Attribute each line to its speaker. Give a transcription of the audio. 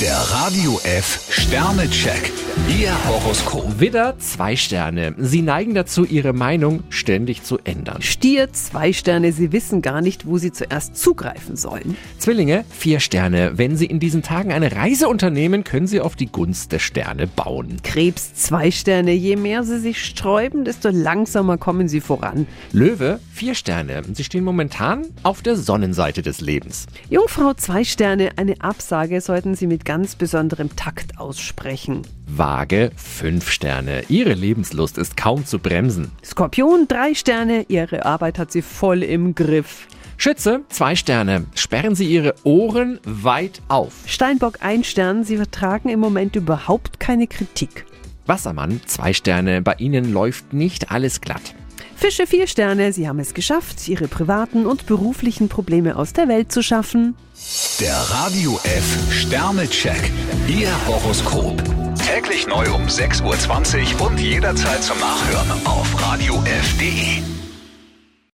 Speaker 1: Der Radio F Sternecheck. Ihr Horoskop.
Speaker 2: Widder, zwei Sterne. Sie neigen dazu, ihre Meinung ständig zu ändern.
Speaker 3: Stier, zwei Sterne, Sie wissen gar nicht, wo Sie zuerst zugreifen sollen.
Speaker 2: Zwillinge, vier Sterne. Wenn Sie in diesen Tagen eine Reise unternehmen, können Sie auf die Gunst der Sterne bauen.
Speaker 3: Krebs, zwei Sterne, je mehr Sie sich sträuben, desto langsamer kommen Sie voran.
Speaker 2: Löwe, vier Sterne. Sie stehen momentan auf der Sonnenseite des Lebens.
Speaker 3: Jungfrau, zwei Sterne, eine Absage sollten Sie mit ganz besonderem Takt aussprechen.
Speaker 2: Waage, fünf Sterne. Ihre Lebenslust ist kaum zu bremsen.
Speaker 3: Skorpion, drei Sterne, Ihre Arbeit hat Sie voll im Griff.
Speaker 2: Schütze, zwei Sterne. Sperren Sie Ihre Ohren weit auf.
Speaker 3: Steinbock, ein Stern, Sie vertragen im Moment überhaupt keine Kritik.
Speaker 2: Wassermann, zwei Sterne. Bei Ihnen läuft nicht alles glatt.
Speaker 3: Fische, vier Sterne, Sie haben es geschafft, Ihre privaten und beruflichen Probleme aus der Welt zu schaffen.
Speaker 1: Der Radio F Sternecheck. Ihr Horoskop. Täglich neu um 6.20 Uhr und jederzeit zum Nachhören auf E.